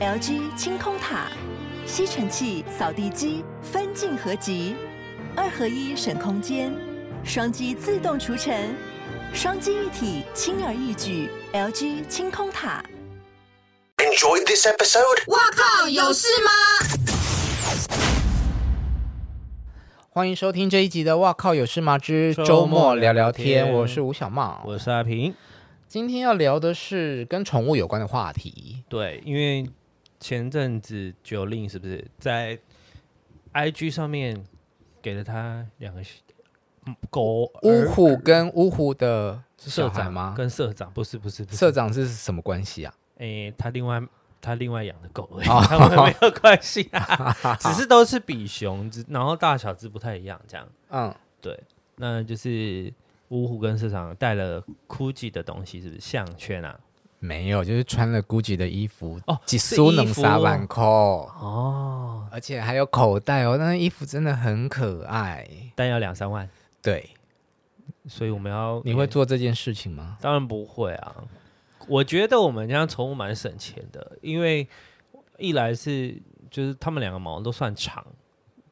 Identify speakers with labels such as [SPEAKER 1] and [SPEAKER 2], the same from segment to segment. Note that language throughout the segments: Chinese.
[SPEAKER 1] LG 清空塔、吸尘器、扫地机分镜合集，二合一省空间，双击自动除尘，双击一体轻而易举。LG 清空塔。
[SPEAKER 2] Enjoyed this episode?
[SPEAKER 3] 哇靠，有事吗？
[SPEAKER 4] 欢迎收听这一集的《哇靠有事吗之周
[SPEAKER 5] 周
[SPEAKER 4] 末
[SPEAKER 5] 末
[SPEAKER 4] 聊聊
[SPEAKER 5] 聊聊
[SPEAKER 4] 天》，
[SPEAKER 5] 天
[SPEAKER 4] 我是吴小茂。
[SPEAKER 5] 我是阿平。
[SPEAKER 4] 今天要聊的是跟宠物有关的话题。
[SPEAKER 5] 对，因为前阵子九令是不是在 IG 上面给了他两个小嗯狗
[SPEAKER 4] 呜
[SPEAKER 5] 儿
[SPEAKER 4] 虎跟呜虎的是
[SPEAKER 5] 社
[SPEAKER 4] 小孩
[SPEAKER 5] 长
[SPEAKER 4] 吗？
[SPEAKER 5] 跟社长不是不是不是
[SPEAKER 4] 社，长是什么关系啊？
[SPEAKER 5] 诶，他另外他另外养的狗而已，
[SPEAKER 4] 哦
[SPEAKER 5] 他们没有关系 啊，只是都是比熊，只然后大小只不太一样这样。
[SPEAKER 4] 嗯，
[SPEAKER 5] 对，那就是呜虎跟社长带了 GUCCI 的东西，是不是项圈啊？
[SPEAKER 4] 没有，就是穿了 GUCCI 的衣服，
[SPEAKER 5] 哦
[SPEAKER 4] 几
[SPEAKER 5] 是
[SPEAKER 4] 苏
[SPEAKER 5] 衣
[SPEAKER 4] 能
[SPEAKER 5] 服
[SPEAKER 4] 撒万扣，
[SPEAKER 5] 哦，
[SPEAKER 4] 而且还有口袋哦。那衣服真的很可爱。
[SPEAKER 5] 但要两三万，
[SPEAKER 4] 对，
[SPEAKER 5] 所以我们要
[SPEAKER 4] 你会
[SPEAKER 5] 做。
[SPEAKER 4] 做这件事情吗？
[SPEAKER 5] 当然不会啊，我觉得我们家宠物蛮省钱的，因为一来是就是他们两个毛都算长，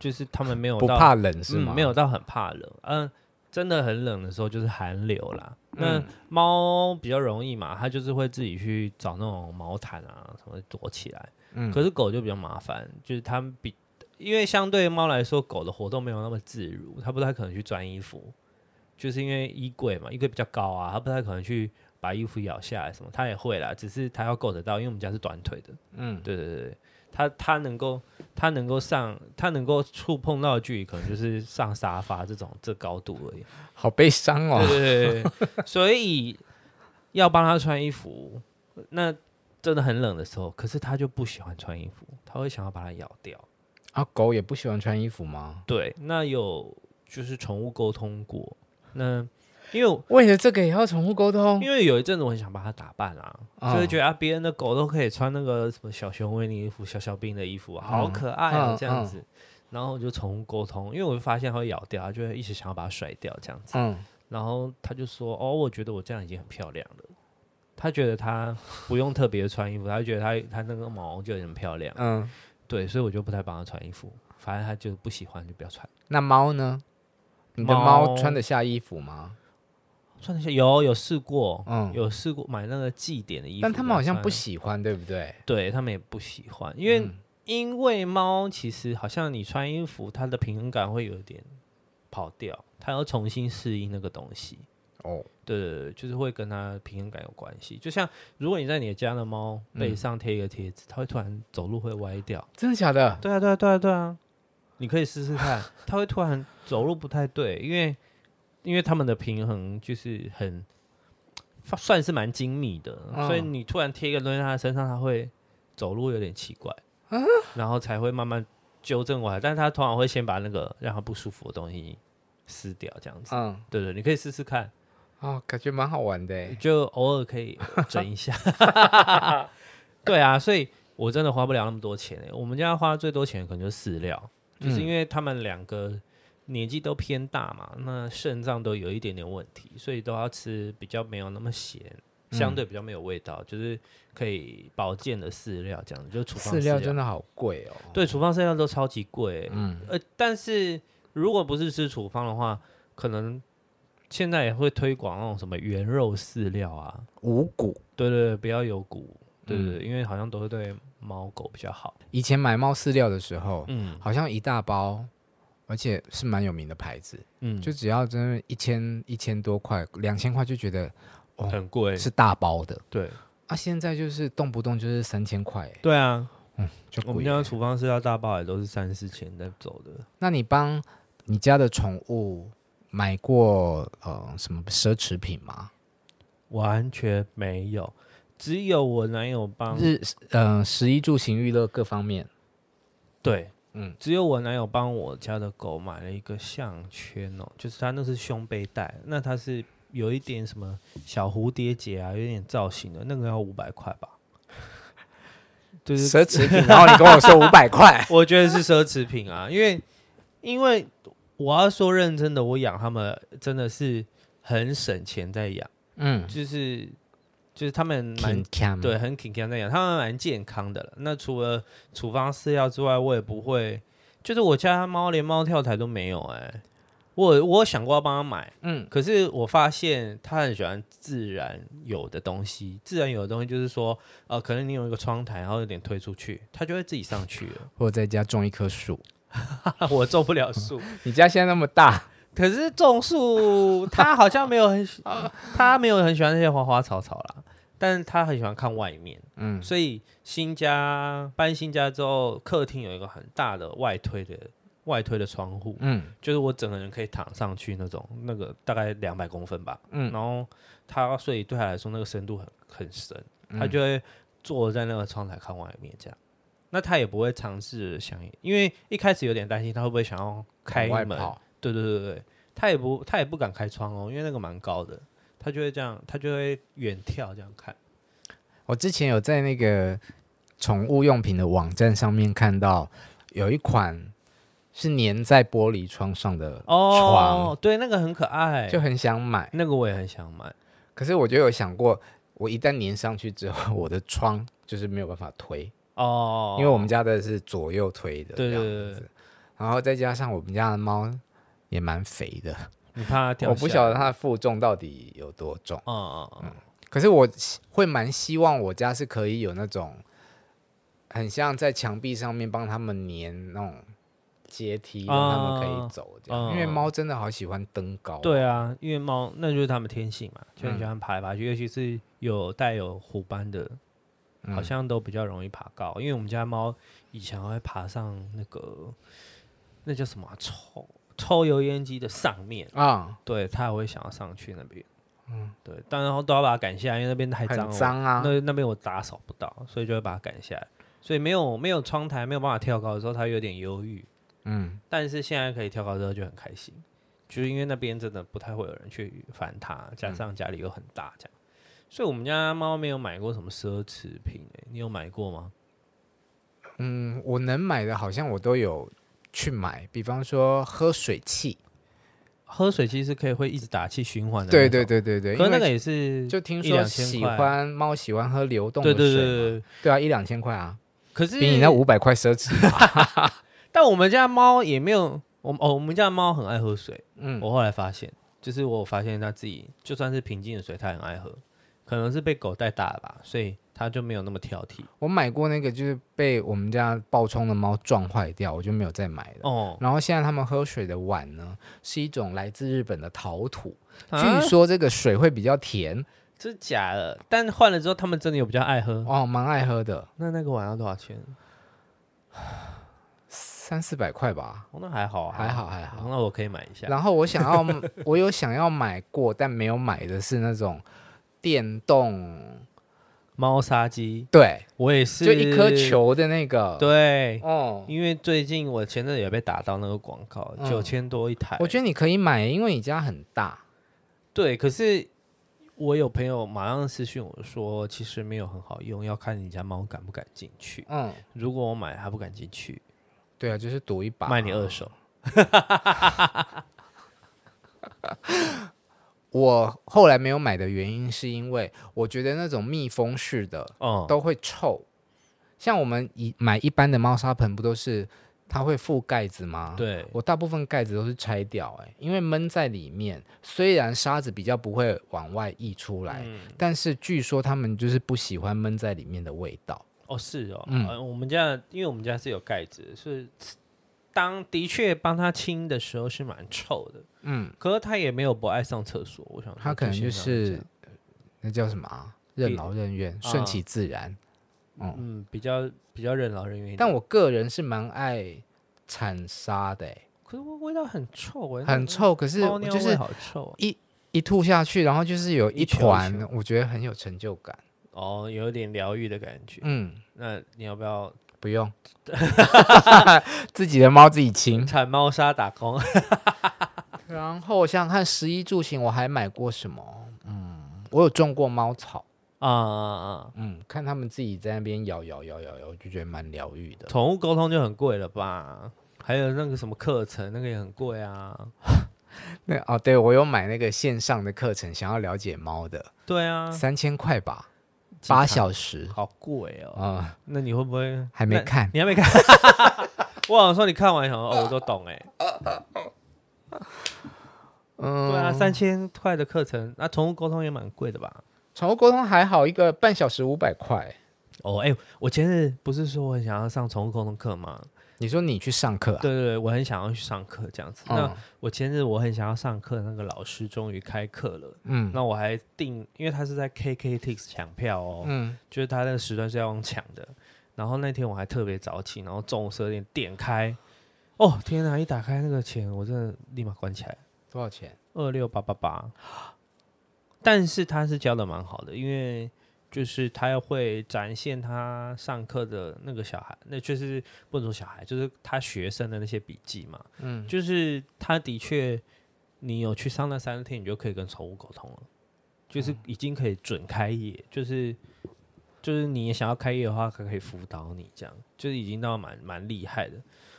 [SPEAKER 5] 就是他们没有
[SPEAKER 4] 不
[SPEAKER 5] 到
[SPEAKER 4] 怕冷是
[SPEAKER 5] 嗯
[SPEAKER 4] 吗？
[SPEAKER 5] 没有，到很怕冷，嗯、真的很冷的时候就是寒流啦。那
[SPEAKER 4] 嗯
[SPEAKER 5] 猫比较容易嘛，它就是会自己去找那种毛毯啊什么的躲起来。
[SPEAKER 4] 嗯
[SPEAKER 5] 可是狗就比较麻烦，就是它们比因为相对猫来说，狗的活动没有那么自如，它不太可能去钻衣服，就是因为衣柜嘛，衣柜比较高啊，它不太可能去把衣服咬下来什么，它也会啦，只是它要够得到，因为我们家是短腿的，
[SPEAKER 4] 嗯，
[SPEAKER 5] 对对对对，它它能够它能够上它能够触碰到的距离，可能就是上沙发这种这高度而已，
[SPEAKER 4] 好悲伤哦。
[SPEAKER 5] 对对对对，所以要帮他穿衣服，那真的很冷的时候，可是他就不喜欢穿衣服，他会想要把它咬掉。
[SPEAKER 4] 啊，狗也不喜欢穿衣服吗？
[SPEAKER 5] 对，那有就是宠物沟通过，那因为我
[SPEAKER 4] 为了这个也要宠物沟通？
[SPEAKER 5] 因为有一阵子我很想把它打扮啊，就会觉得啊，别人的狗都可以穿那个什么小熊维尼衣服、小小兵的衣服啊，好
[SPEAKER 4] 嗯
[SPEAKER 5] 可爱啊、
[SPEAKER 4] 嗯
[SPEAKER 5] 这样
[SPEAKER 4] 嗯
[SPEAKER 5] 子。然后我就宠物沟通，因为我就发现它会咬掉，它就会一直想要把它甩掉这样子。
[SPEAKER 4] 嗯，
[SPEAKER 5] 然后他就说：“哦，我觉得我这样已经很漂亮了。”他觉得他不用特别穿衣服，他觉得他他那个毛就很漂亮。
[SPEAKER 4] 嗯，
[SPEAKER 5] 对，所以我就不太帮他穿衣服，反正他就不喜欢就不要穿。
[SPEAKER 4] 那猫呢？你的
[SPEAKER 5] 猫
[SPEAKER 4] 猫穿得下衣服吗？
[SPEAKER 5] 穿得下有有试过，
[SPEAKER 4] 嗯
[SPEAKER 5] 有试过买那个祭典的衣服，
[SPEAKER 4] 但他们好像不
[SPEAKER 5] 喜，
[SPEAKER 4] 喜欢，对不对？
[SPEAKER 5] 对他们也不喜欢，因为、
[SPEAKER 4] 嗯
[SPEAKER 5] 因为猫其实好像你穿衣服，它的平衡感会有点跑掉，它要重新适应那个东西。
[SPEAKER 4] 哦，
[SPEAKER 5] 对对对，就是会跟它平衡感有关系。就像如果你在你的家的猫背上贴一个贴纸，它会突然走路会歪掉。
[SPEAKER 4] 真的假的？
[SPEAKER 5] 对啊，对啊，对啊，对啊，你可以试试 看，它会突然走路不太对，因为因为它们的平衡就是很算是蛮精密的，
[SPEAKER 4] 嗯
[SPEAKER 5] 所以你突然贴一个东西在它身上，它会走路有点奇怪，然后才会慢慢纠正过来。但是它通常会先把那个让它不舒服的东西撕掉，这样子。
[SPEAKER 4] 嗯，
[SPEAKER 5] 对对，你可以试试看。
[SPEAKER 4] 哦，感觉蛮好玩的欸。
[SPEAKER 5] 就偶尔可以整一 下。对啊，所以我真的花不了那么多钱、欸、我们家花最多钱的可能就是饲料，
[SPEAKER 4] 嗯
[SPEAKER 5] 就是因为他们两个年纪都偏大嘛，那肾脏都有一点点问题，所以都要吃比较没有那么咸。
[SPEAKER 4] 嗯
[SPEAKER 5] 相对比较没有味道，就是可以保健的饲料，这样子就厨房
[SPEAKER 4] 饲料真
[SPEAKER 5] 的
[SPEAKER 4] 的好贵哦。
[SPEAKER 5] 啊对厨房饲料都超级贵、嗯，呃，但是如果不是吃处方的话，可能现在也会推广那种什么原肉饲料啊，
[SPEAKER 4] 五谷，
[SPEAKER 5] 对对对，不要有骨，对对对，因为好像都会对猫狗比较好。
[SPEAKER 4] 以前买猫饲料的时候，
[SPEAKER 5] 嗯
[SPEAKER 4] 好像一大包，而且是蛮有名的牌子，
[SPEAKER 5] 嗯，
[SPEAKER 4] 就只要真的一千一千多块，两千块就觉得
[SPEAKER 5] 很贵，
[SPEAKER 4] 是大包的。
[SPEAKER 5] 对
[SPEAKER 4] 啊，现在就是动不动就是三千块欸，
[SPEAKER 5] 对啊，
[SPEAKER 4] 就
[SPEAKER 5] 我们
[SPEAKER 4] 贵
[SPEAKER 5] 家
[SPEAKER 4] 欸。
[SPEAKER 5] 处方饲料大包也都是三四千在走的。
[SPEAKER 4] 那你帮你家的宠物买过呃什么奢侈品吗？
[SPEAKER 5] 完全没有，只有我男友帮，
[SPEAKER 4] 日呃食衣住行娱乐各方面，
[SPEAKER 5] 对，
[SPEAKER 4] 嗯
[SPEAKER 5] 嗯，只有我男友帮我家的狗买了一个项圈哦，就是它那是胸背带，那它是有一点什么小蝴蝶结啊，有点造型的，那个要五百块吧， 就是
[SPEAKER 4] 奢侈品，然后你跟我说五百块，
[SPEAKER 5] 我觉得是奢侈品啊，因为因为我要说认真的，我养它们真的是很省钱在养，
[SPEAKER 4] 嗯
[SPEAKER 5] 就是就是他们蛮
[SPEAKER 4] 挺嗯强，
[SPEAKER 5] 对，很健康那样，他们蛮健康的了。那除了处方饲料之外，我也不会，就是我家猫连猫跳台都没有哎、我有我有想过要帮它买，
[SPEAKER 4] 嗯，
[SPEAKER 5] 可是我发现它很喜欢自然有的东西，自然有的东西就是说，呃，可能你有一个窗台，然后有点推出去，它就会自己上去了。
[SPEAKER 4] 或者在家种一棵树。
[SPEAKER 5] 我种不了树，
[SPEAKER 4] 你家现在那么大，
[SPEAKER 5] 可是种树，它好像没有很喜，它没有很喜欢那些花花草草啦，但是它很喜欢看外面。
[SPEAKER 4] 嗯，
[SPEAKER 5] 所以新家搬新家之后，客厅有一个很大的外推的外推的窗户，
[SPEAKER 4] 嗯
[SPEAKER 5] 就是我整个人可以躺上去那种，那个大概两百公分吧。
[SPEAKER 4] 嗯
[SPEAKER 5] 然后它所以对它来说那个深度很很深，
[SPEAKER 4] 嗯
[SPEAKER 5] 它就会坐在那个窗台看外面这样。那它也不会尝试想，因为一开始有点担心它会不会想要开
[SPEAKER 4] 往外
[SPEAKER 5] 门，
[SPEAKER 4] 跑
[SPEAKER 5] 对对对对对，它也不它也不敢开窗哦，因为那个蛮高的，它就会这样，它就会远眺这样看。
[SPEAKER 4] 我之前有在那个宠物用品的网站上面看到，有一款是粘在玻璃窗上的床，
[SPEAKER 5] 哦，对，那个很可爱，
[SPEAKER 4] 就很想买。
[SPEAKER 5] 那个我也很想买。
[SPEAKER 4] 可是我就有想过，我一旦粘上去之后，我的窗就是没有办法推，
[SPEAKER 5] 哦，
[SPEAKER 4] 因为我们家的是左右推的，
[SPEAKER 5] 对对
[SPEAKER 4] 这样
[SPEAKER 5] 对对
[SPEAKER 4] 子然后再加上我们家的猫也蛮肥的，
[SPEAKER 5] 你怕它掉，
[SPEAKER 4] 我不晓得它。的负重到底有多重。
[SPEAKER 5] 嗯嗯嗯，
[SPEAKER 4] 可是我希会蛮希望我家是可以有那种，很像在墙壁上面帮他们粘那种阶梯，让他们可以走这样。
[SPEAKER 5] 啊
[SPEAKER 4] 因为猫真的好喜欢登高、
[SPEAKER 5] 对，啊，因为猫那就是它们天性嘛，就很喜欢爬来爬去，尤其是有带有虎斑的，
[SPEAKER 4] 嗯
[SPEAKER 5] 好像都比较容易爬高。因为我们家猫以前还会爬上那个那叫什么啊抽抽油烟机的上面，
[SPEAKER 4] 啊、
[SPEAKER 5] 对，它也会想要上去那边。嗯，对，当然都要把它赶下来，因为那边太脏了。
[SPEAKER 4] 很脏啊。
[SPEAKER 5] 那那边我打扫不到，所以就会把它赶下来。所以没有没有窗台，没有办法跳高的时候，它有点忧郁。
[SPEAKER 4] 嗯，
[SPEAKER 5] 但是现在可以跳高之后就很开心，就是因为那边真的不太会有人去烦它，加上家里又很大这样。所以我们家猫没有买过什么奢侈品、欸，你有买过吗？
[SPEAKER 4] 嗯，我能买的好像我都有去买，比方说喝水器，
[SPEAKER 5] 喝水其实可以会一直打气循环的，
[SPEAKER 4] 对对，对对对，
[SPEAKER 5] 可
[SPEAKER 4] 因
[SPEAKER 5] 是
[SPEAKER 4] 为
[SPEAKER 5] 那个也是
[SPEAKER 4] 就听
[SPEAKER 5] 一
[SPEAKER 4] 说
[SPEAKER 5] 两千
[SPEAKER 4] 喜
[SPEAKER 5] 块
[SPEAKER 4] 欢猫喜欢喝流动的
[SPEAKER 5] 对对
[SPEAKER 4] 水嘛，
[SPEAKER 5] 对对对，
[SPEAKER 4] 对啊，一两千块啊，
[SPEAKER 5] 可是
[SPEAKER 4] 比你那五百块奢侈啊吧，
[SPEAKER 5] 但我们家猫也没有，我们哦我们家猫很爱喝水，
[SPEAKER 4] 嗯，
[SPEAKER 5] 我后来发现，就是我发现它自己就算是平静的水，它很爱喝，可能是被狗带大了吧，所以它就没有那么挑剔。
[SPEAKER 4] 我买过那个，就是被我们家暴冲的猫撞坏掉，我就没有再买了。
[SPEAKER 5] 哦，
[SPEAKER 4] 然后现在他们喝水的碗呢，是一种来自日本的陶土，
[SPEAKER 5] 啊
[SPEAKER 4] 据说这个水会比较甜
[SPEAKER 5] 是假的，但换了之后，它们真的有比较爱喝。
[SPEAKER 4] 哦，蛮爱喝的，
[SPEAKER 5] 那那个碗要多少钱？
[SPEAKER 4] 三四百块吧。
[SPEAKER 5] 哦，那还好啊，
[SPEAKER 4] 还好还好
[SPEAKER 5] 那我可以买一下。
[SPEAKER 4] 然后我想要，我有想要买过，但没有买的是那种电动，
[SPEAKER 5] 猫砂机，
[SPEAKER 4] 对，
[SPEAKER 5] 我也是，
[SPEAKER 4] 就一颗。球的那个，，
[SPEAKER 5] 对，
[SPEAKER 4] 哦，
[SPEAKER 5] 因为最近我前阵子也被打到那个广告，
[SPEAKER 4] 嗯
[SPEAKER 5] 九千多一台。
[SPEAKER 4] 我觉
[SPEAKER 5] 得
[SPEAKER 4] 得你可以买，因为你家很大，
[SPEAKER 5] 对，可是。我有朋友马上私讯我说，其实没有很好用，要看你家猫敢不敢进去。
[SPEAKER 4] 嗯，
[SPEAKER 5] 如果我买它不敢进去，
[SPEAKER 4] 对啊，就是赌一把，
[SPEAKER 5] 卖你二手。
[SPEAKER 4] 我后来没有买的原因是因为我觉得那种密封式的
[SPEAKER 5] 哦、
[SPEAKER 4] 都会臭，像我们一买一般的猫砂盆不都是它会覆盖子吗？，
[SPEAKER 5] 对，
[SPEAKER 4] 我大部分盖子都是拆掉、欸，因为闷在里面，虽然沙子比较不会往外溢出来，
[SPEAKER 5] 嗯
[SPEAKER 4] 但是据说他们就是不喜欢闷在里面的味道。
[SPEAKER 5] 哦是哦，
[SPEAKER 4] 嗯
[SPEAKER 5] 呃我们家因为我们家是有盖子，是当的确帮它清的时候是蛮臭的，
[SPEAKER 4] 嗯，
[SPEAKER 5] 可是它也没有不爱上厕所，我想说
[SPEAKER 4] 它可能就
[SPEAKER 5] 先让它这
[SPEAKER 4] 是
[SPEAKER 5] 样
[SPEAKER 4] 那叫什么啊？任
[SPEAKER 5] 比
[SPEAKER 4] 劳任怨，
[SPEAKER 5] 啊
[SPEAKER 4] 顺其自然。
[SPEAKER 5] 嗯比较比较任劳任怨一点，
[SPEAKER 4] 但我个人是蛮爱铲沙的、欸。
[SPEAKER 5] 可是味道很臭哎、
[SPEAKER 4] 很，臭，可是
[SPEAKER 5] 猫
[SPEAKER 4] 我
[SPEAKER 5] 尿
[SPEAKER 4] 就
[SPEAKER 5] 味
[SPEAKER 4] 是
[SPEAKER 5] 好臭啊、
[SPEAKER 4] 一吐下去，然后就是有
[SPEAKER 5] 一
[SPEAKER 4] 一
[SPEAKER 5] 球一
[SPEAKER 4] 团
[SPEAKER 5] 球，
[SPEAKER 4] 我觉得很有成就感。
[SPEAKER 5] 哦，有一点疗愈的感觉。
[SPEAKER 4] 嗯，
[SPEAKER 5] 那你要不要
[SPEAKER 4] 不用， 自己的猫自己清。
[SPEAKER 5] 铲猫砂打工？ 啊
[SPEAKER 4] 然后我想想看，十一住行我还买过什么？嗯，我有种过猫草，
[SPEAKER 5] 啊啊啊！
[SPEAKER 4] 嗯，看他们自己在那边摇摇摇摇摇，我就觉得蛮疗愈的。
[SPEAKER 5] 宠物沟通就很贵了吧？还有那个什么课程，那个也很贵啊。
[SPEAKER 4] 那哦，对我有买那个线上的课程，想要了解猫的，
[SPEAKER 5] 对啊，
[SPEAKER 4] 三千块吧，
[SPEAKER 5] 几
[SPEAKER 4] 八
[SPEAKER 5] 堂
[SPEAKER 4] 小时
[SPEAKER 5] 好贵哦。
[SPEAKER 4] 啊、
[SPEAKER 5] 那你会不会
[SPEAKER 4] 还没
[SPEAKER 5] 那
[SPEAKER 4] 看
[SPEAKER 5] 你还没看？ 我好像说你看完想说 哦，我都懂哎。
[SPEAKER 4] 嗯，
[SPEAKER 5] 对啊，三千块的课程，那宠物沟通也蛮贵的吧？
[SPEAKER 4] 宠物沟通还好，一个半小时五百块。
[SPEAKER 5] 哦，哎、我前日不是说我很想要上宠物沟通课吗？
[SPEAKER 4] 你说你去上课、啊，
[SPEAKER 5] 对对对，我很想要去上课这样子。
[SPEAKER 4] 嗯
[SPEAKER 5] 那我前日我很想要上课，那个老师终于开课了。
[SPEAKER 4] 嗯
[SPEAKER 5] 那我还订，因为他是在 KKTix 抢票哦，
[SPEAKER 4] 嗯，
[SPEAKER 5] 就是他那个时段是要用抢的。然后那天我还特别早起，然后中午十二点点开，哦天哪！一打开那个钱，我真的立马关起来，
[SPEAKER 4] 多少钱？
[SPEAKER 5] 二六八八八。但是他是教的蛮好的，因为就是他要会展现他上课的那个小孩，那就是不能说小孩，就是他学生的那些笔记嘛。
[SPEAKER 4] 嗯，
[SPEAKER 5] 就是他的确，你有去上那三天，你就可以跟宠物沟通了，就是已经可以准开业，就是就是你想要开业的话，他可以辅导你，这样就是已经到蛮蛮厉害的，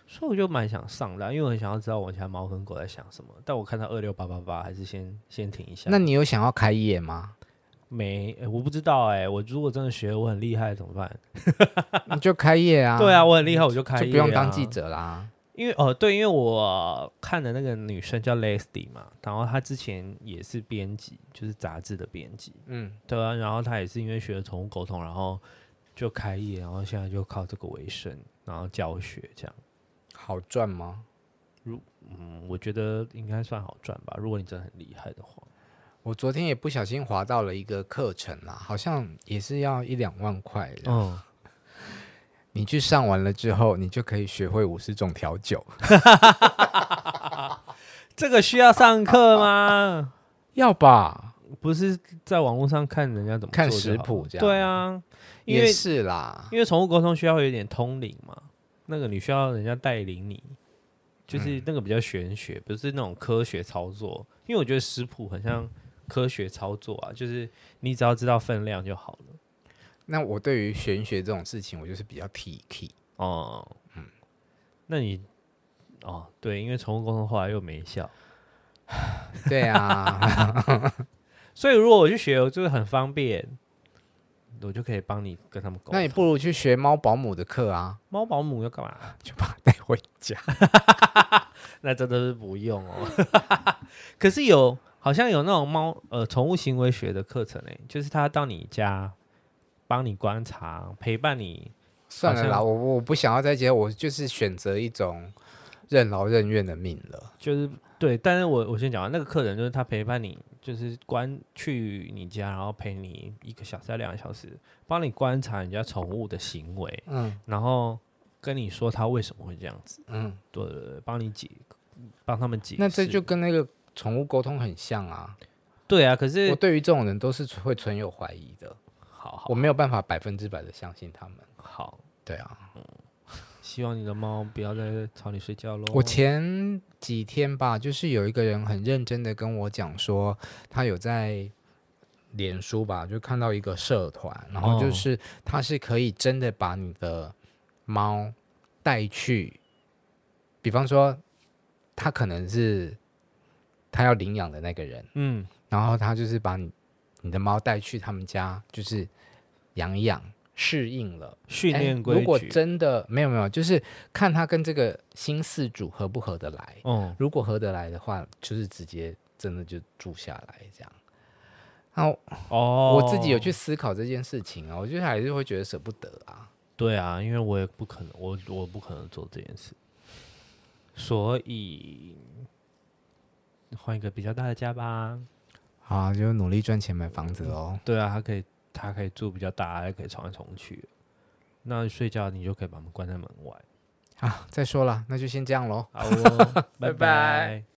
[SPEAKER 5] 所以我就蛮想上的啊，因为我很想要知道我家猫跟狗在想什么。但我看到二六八八八，还是先先停一下。
[SPEAKER 4] 那你有想要开业 吗？
[SPEAKER 5] 没、呃我不知道哎、我如果真的学我很厉害怎么办？
[SPEAKER 4] 你就开业啊，
[SPEAKER 5] 对啊，我很厉害我就开业、啊
[SPEAKER 4] 就不用当记。者啦。
[SPEAKER 5] 因为哦，对，因为我看的那个女生叫 Leslie 嘛，然后她之前也是编辑，就是杂志的编辑，
[SPEAKER 4] 嗯，
[SPEAKER 5] 对啊，然后她也是因为学了宠物沟通，然后就开业，然后现在就靠这个为生，然后教学这样。
[SPEAKER 4] 好赚吗？
[SPEAKER 5] 嗯，我觉得应该算好赚吧，如果你真的很厉害的话。
[SPEAKER 4] 我昨天也不小心滑到了一个课程啦，好像也是要一两万块。嗯，
[SPEAKER 5] 嗯，
[SPEAKER 4] 你去上完了之后，你就可以学会五十种调酒。
[SPEAKER 5] 这个需要上课吗？
[SPEAKER 4] 要吧？
[SPEAKER 5] 不是在网络上看人家怎么
[SPEAKER 4] 看
[SPEAKER 5] 做就
[SPEAKER 4] 食
[SPEAKER 5] 好
[SPEAKER 4] 谱
[SPEAKER 5] 了
[SPEAKER 4] 这样
[SPEAKER 5] 对啊，因
[SPEAKER 4] 也
[SPEAKER 5] 为
[SPEAKER 4] 是啦，
[SPEAKER 5] 因为宠物沟通需要有一点通灵嘛，那个你需要人家带领你，就是
[SPEAKER 4] 嗯
[SPEAKER 5] 那个比较玄学，不是那种科学操作。因为我觉得食谱很
[SPEAKER 4] 嗯
[SPEAKER 5] 像科学操作啊，就是你只要知道分量就好了。
[SPEAKER 4] 那我对于玄学这种事情，我就是比较 T K。
[SPEAKER 5] 哦，嗯，那你哦，对，因为宠物沟通后来又没效，
[SPEAKER 4] 对 啊，
[SPEAKER 5] 所以如果我去学，我就是很方便，我就可以帮你跟他们沟
[SPEAKER 4] 那你
[SPEAKER 5] 通。
[SPEAKER 4] 不如去学猫保姆的课啊，
[SPEAKER 5] 猫保姆要干嘛？
[SPEAKER 4] 就把它带回家。
[SPEAKER 5] 那真的是不用哦。 可是有好像有那种猫呃宠物行为学的课程诶，就是它到你家帮你观察，陪伴你。
[SPEAKER 4] 算了
[SPEAKER 5] 好
[SPEAKER 4] 啦，
[SPEAKER 5] 像
[SPEAKER 4] 我我不想要再接，我就是选择一种任劳任怨的命了。
[SPEAKER 5] 就是对，但是我我先讲完那个客人，就是他陪伴你，就是观去你家，然后陪你一个小时到两个小时，帮你观察人家宠物的行为，
[SPEAKER 4] 嗯
[SPEAKER 5] 然后跟你说他为什么会这样子，
[SPEAKER 4] 嗯，
[SPEAKER 5] 对对对，帮你解，帮他们解释。
[SPEAKER 4] 那这就跟那个宠物沟通很像啊。
[SPEAKER 5] 对啊，可是
[SPEAKER 4] 我对于这种人都是会存有怀疑的，
[SPEAKER 5] 好
[SPEAKER 4] 我
[SPEAKER 5] 好
[SPEAKER 4] 没有办法百分之百的相信他们。
[SPEAKER 5] 好，
[SPEAKER 4] 对啊，
[SPEAKER 5] 希望你的猫不要再吵你睡觉喽。
[SPEAKER 4] 我前几天吧，就是有一个人很认真的跟我讲说，他有在脸书吧，就看到一个社团，然后就
[SPEAKER 5] 哦
[SPEAKER 4] 是他是可以真的把你的猫带去，比方说他可能是他要领养的那个人，
[SPEAKER 5] 嗯，
[SPEAKER 4] 然后他就是把你你的猫带去他们家，就是养一养，适应了。
[SPEAKER 5] 训
[SPEAKER 4] 哎
[SPEAKER 5] 练规矩，
[SPEAKER 4] 如果真的没有没有，就是看他跟这个新四主合不合得来。
[SPEAKER 5] 嗯，
[SPEAKER 4] 如果合得来的话，就是直接真的就住下来这样。那我,、
[SPEAKER 5] 哦，
[SPEAKER 4] 自己有去，思考这件事情啊，我就还是会觉得舍不得啊。
[SPEAKER 5] 对啊，因为我也不可能，我我不可能做这件事，所以换一个比较大的家吧。
[SPEAKER 4] 好啊，就努力赚钱买房子喽。
[SPEAKER 5] 对啊，它可以，它可以住比较大，还可以冲来冲去。那睡觉你就可以把门关在门外。
[SPEAKER 4] 啊，再说了，那就先这样喽。
[SPEAKER 5] 好哦，
[SPEAKER 4] 拜拜
[SPEAKER 5] 拜